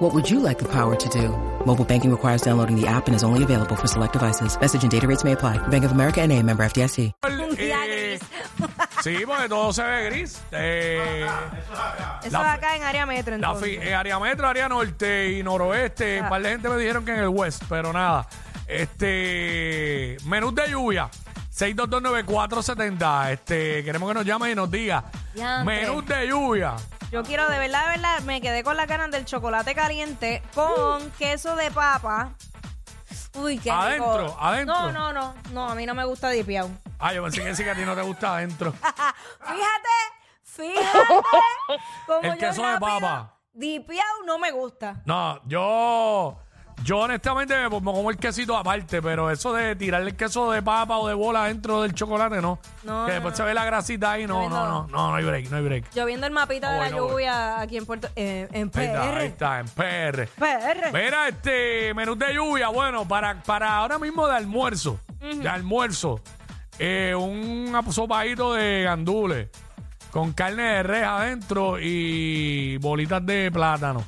What would you like the power to do? Mobile banking requires downloading the app and is only available for select devices. Message and data rates may apply. Bank of America and a member FDIC. Un día gris. Eh, Sí, porque todo se ve gris. Eh, Eso la- es acá en área metro, la entonces. fi- eh, área metro, área norte y noroeste. Un par de gente me dijeron que en el west, pero nada. Este, menús de lluvia. 6229470. Este, queremos que nos llame y nos diga. Diantre. Menús de lluvia. Yo quiero, de verdad, de verdad, me quedé con las ganas del chocolate caliente con queso de papa. Uy, qué rico. Adentro, adentro. No, no, no. No, a mí no me gusta dipiao. Ah, yo pensé que sí que a ti no te gusta adentro. Fíjate, fíjate. como El yo queso de rápido, papa. Dipiao no me gusta. No, yo. Yo honestamente me como como el quesito aparte, pero eso de tirarle el queso de papa o de bola dentro del chocolate, no. No, que no, después se ve la grasita ahí, no, No, no, no, no, no. no, hay break, no hay break. Yo viendo el mapita Ah, de la bueno, bueno. lluvia aquí en Puerto... eh, en PR. Ahí está, ahí está, en PR. PR. Mira, este menú de lluvia, bueno, para, para ahora mismo de almuerzo, de almuerzo, eh, un sopadito de gandules con carne de res adentro y bolitas de plátano.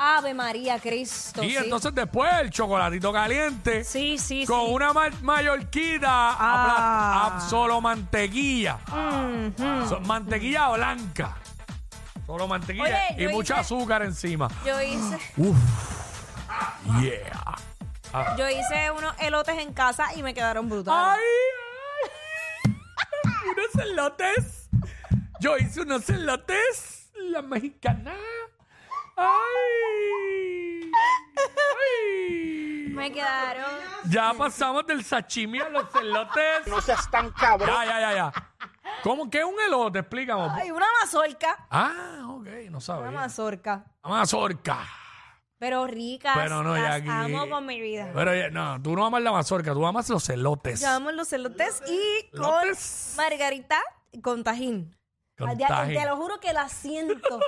Ave María Cristo, y sí. entonces después el chocolatito caliente Sí, sí, con sí. una ma- mallorquita Ah. apla- a- solo mantequilla. Mm-hmm. So- mantequilla blanca. Solo mantequilla Oye, y yo mucho hice- azúcar encima. Yo hice... Yeah. Yo hice unos elotes en casa y me quedaron brutales. Ay, ay. unos elotes. Yo hice unos elotes. La mexicana. Ay. Ay. Me quedaron. Ya pasamos del sashimi a los elotes. No seas tan cabrón. Ya, ya, ya, ya. ¿Cómo que es un elote? Explícame. Ay, una mazorca. Ah, ok, no Una sabía. mazorca. Mazorca. Pero ricas. Pero no, ya las aquí. amo con mi vida. Pero oye, no, tú no amas la mazorca, tú amas los elotes. Yo amo los elotes y con Elotes. margarita y con tajín. Con Ah, ya- tajín. Te lo juro que la siento.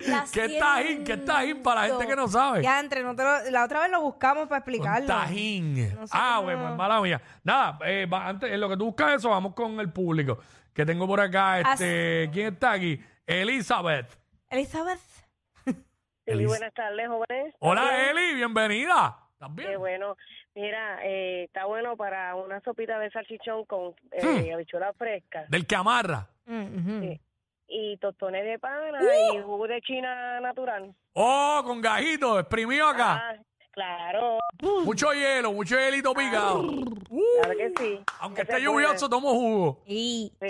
la ¿Qué tajín? ¿Qué tajín para la gente que no sabe? Ya entre, no te lo- la otra vez lo buscamos para Con explicarlo. tajín. sé ah, cómo- bueno, pues mala mía. Nada, eh, va- antes, en lo que tú buscas eso, vamos con el público. Que tengo por acá, Así- este, ¿quién está aquí? Elizabeth. Elizabeth. Muy Elis- buenas tardes, jóvenes. Hola, eh. Eli, bienvenida. ¿Estás bien? Qué bueno. Mira, eh, está bueno para una sopita de salchichón con eh, habichuela fresca Del que amarra. Mm, ujú. Sí. y tostones de pana ¡Uh! y jugo de china natural. Oh, con gajito, exprimido acá. Ah, claro, Mucho hielo, mucho hielito picado. Uh, claro que sí. aunque Esa esté es lluvioso, tomo jugo. Y, Sí.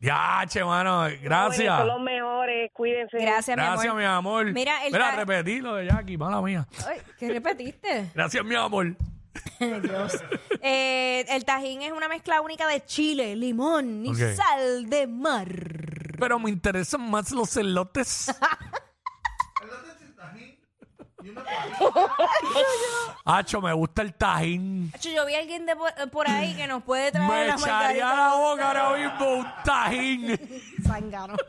y- Ya, che, mano, buena. Jóvenes, gracias. Son los mejores, cuídense. Gracias, mi amor. Gracias, mi amor. Mira, el Mira, ta- repetí lo de Jackie, mala mía. Ay, ¿Qué repetiste? Gracias, mi amor. Eh, el tajín es una mezcla única de chile, limón y Ok. sal de mar. Pero me interesan más los elotes. Hacho, me gusta el tajín. Acho, Yo vi a alguien de por, eh, por ahí que nos puede traer Me la echaría margarita. la boca ahora mismo un tajín. Zángano.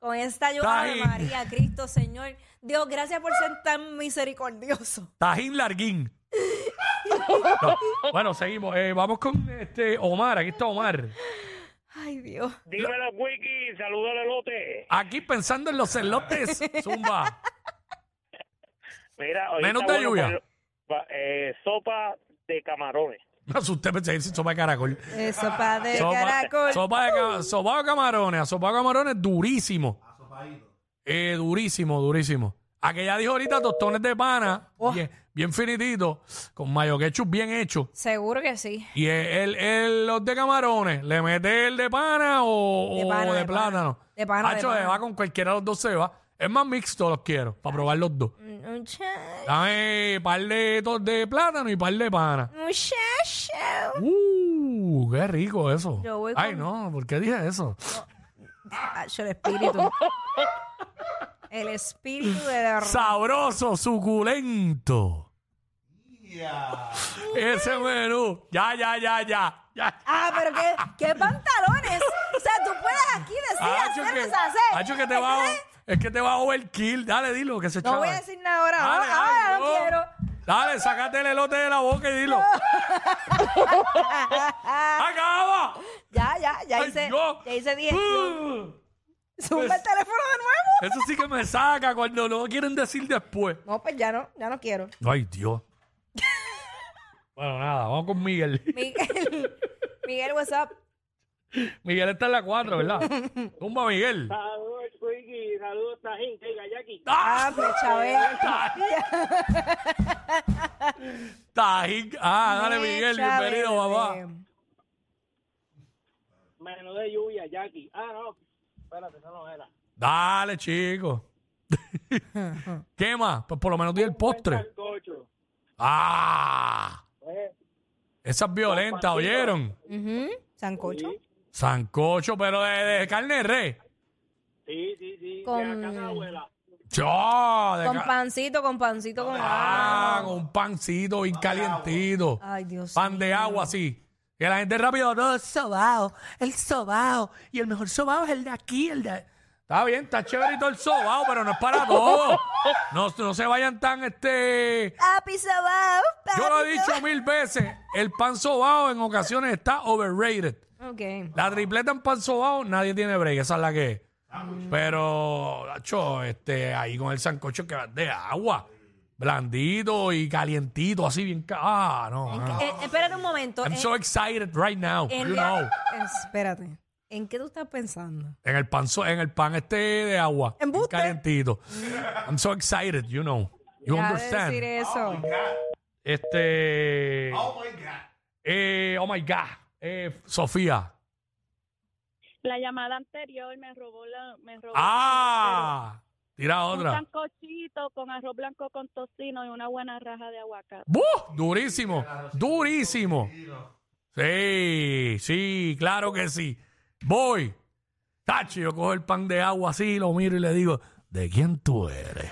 Con esta lluvia Tajín. de María, Cristo, Señor. Dios, gracias por ser tan misericordioso. Tajín larguín. No. Bueno, seguimos. Eh, vamos con este Omar. Aquí está Omar. Ay, Dios. Dímelo, Wiki, saludos al elote. Aquí pensando en los elotes. Zumba. Mira, hoy Menos está de lluvia. para- pa- eh, sopa de camarones. Me asusté pensé en sopa de caracol. Eso, sopa de caracol. sopa de, ca- sopa de camarones. Sopa de camarones durísimo. Eh, durísimo, durísimo. Aquella dijo ahorita tostones de pana, bien, bien finitito, con mayo ketchup bien hecho. Seguro que sí. Y el, el- el- los de camarones, ¿le mete el de pana o o de, De pana, de pana. plátano? De pana, de Hacho, pana. se va con cualquiera de los dos se va. Es más mixto, los quiero, para probar los dos. Mucha- Dame par de, to- de plátano y par de pana. Muchacho. Uh, qué rico eso. Yo voy Ay, con- no, ¿por qué dije eso? Acho, el espíritu. El espíritu de la Sabroso, suculento. Ese menú. Ya, ya, ya, ya. ya. Ah, pero qué, qué pantalones. O sea, tú puedes aquí decir Hacho hacer, que, deshacer. Hacho que Ah, te va a, es que te va a overkill. Dale, dilo que se No chaval. voy a decir nada ahora. ahora, ahora no quiero. Dale, sácate el elote de la boca y dilo. ¡Acaba! Ya, ya, ya Ay, Pues- hice. Dios. Ya hice 10. Uh, Sube el teléfono de nuevo. Eso sí que me saca cuando no quieren decir después. No, pues ya no, ya no quiero. Ay, Dios. bueno, nada, vamos con Miguel. Miguel, Miguel, what's up? Miguel está en la 4, ¿verdad? Tumba, Miguel. Saludos, Twiggy. Saludos, Tajín. Que Gayaki. Ah, pues Chabel. Tajín. Ah, dale, Miguel. Chabel, Bienvenido, bebé. papá. Menú de lluvia, Jackie. Ah, no. Espérate, esa no era. Dale, chico. ¿Qué más? Pues por lo menos di el postre. Cocho. Ah, Eh, esa es violenta, ¿oyeron? Ujú, Sancocho. Sancocho, pero de, de carne de res. sí, sí, sí. Con- De acá de la abuela. Chao, de Con ca- pancito, con pancito, con Ah, con un pancito bien calientito. Ay, Dios Pan de agua, sí. Que la gente rápido, no, es sobao, el sobao. Y el mejor sobao es el de aquí, el de... Está bien, está chévere y todo el sobao, pero no es para todo. No, no se vayan tan, este... Papi sobao, Yo lo he papi dicho mil veces, el pan sobao en ocasiones está overrated. sobao. Ok. La tripleta en pan sobao, nadie tiene break, esa es la que es. Pero, Nacho, este, ahí con el sancocho que va de agua, blandito y calientito, así bien... ca- Ah, no. ah. Eh, espérate un momento. I'm eh, so excited right now, en you la- know. Espérate. ¿En qué tú estás pensando? En el pan, so- en el pan este de agua, bien Embuste. Mm. calientito. I'm so excited, you know. You Ya understand. Oh, decir eso. Este. Oh my God. Eh, oh my God. Eh, Sofía. La llamada anterior me robó la. Me robó ¡Ah! Tira Un otra. sancochito con arroz blanco con tocino y una buena raja de aguacate. ¡Buh! Durísimo. Durísimo. Sí, sí, claro que sí. Voy. Tacho, yo cojo el pan de agua así, lo miro y le digo, ¿de quién tú eres?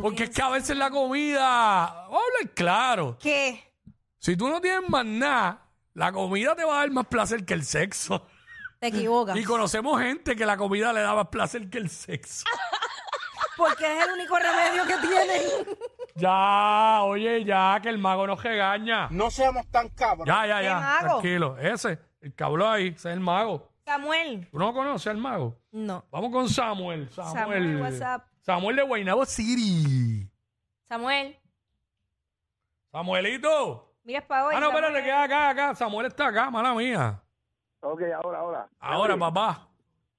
Porque es que a veces la comida, vamos a hablar claro, ¿Qué? si tú no tienes más nada, la comida te va a dar más placer que el sexo. Te equivocas. Y conocemos gente que la comida le da más placer que el sexo. Porque es el único remedio que tienen. Ya, oye, ya, que el mago nos regaña. No seamos tan cabros. Ya, ya, ¿Qué ya. mago? Tranquilo. Ese, el que habló ahí, ese es el mago. Samuel. ¿Tú no conoces al mago? No. Vamos con Samuel. Samuel. Samuel, what's up? Samuel de Guaynabo City. Samuel. Samuelito. Mira para hoy. ah, no, Samuel. espérate, queda acá, acá. Samuel está acá, mala mía. Ok, ahora, ahora. Ahora, Oye, papá.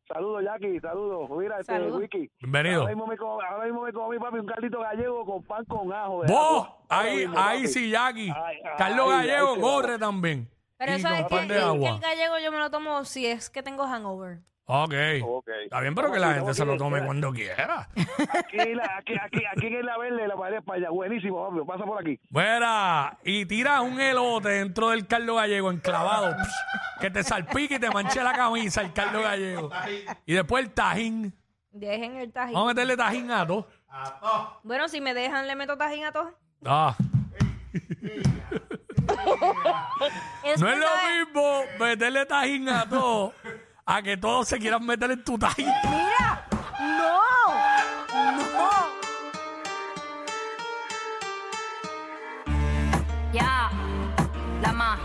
Saludos, Jackie, saludos. Mira, este Saludos. Wiki. Bienvenido. Ahora mismo, me como, ahora mismo me como mi papi un caldito gallego con pan con ajo. de Vos, agua. Ahora ahí, mismo, ahí papi. sí, Jackie. Ay, ay, Carlos ay, Gallego, ay, qué corre también. Pero y eso con es que, pan de es que agua. el gallego yo me lo tomo si es que tengo hangover. Ok. Ok. Está bien, pero que la gente se lo tome cuando quiera. Aquí, la- aquí, aquí, aquí en la verde, la pared de España. Buenísimo, papi. Pasa por aquí. Mira, y tira un elote dentro del Carlos Gallego enclavado. psh, que te salpique y te manche la camisa el Carlos Gallego. Y después el tajín. Dejen el tajín. Vamos a meterle tajín a dos. Bueno, si me dejan, le meto tajín a todos. Ah. Es No que es lo sabe- mismo meterle tajín a dos a que todos se quieran meter en tu tajín. ¡Mira! ¡No! ¡No! Ya, la más,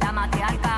la matriarca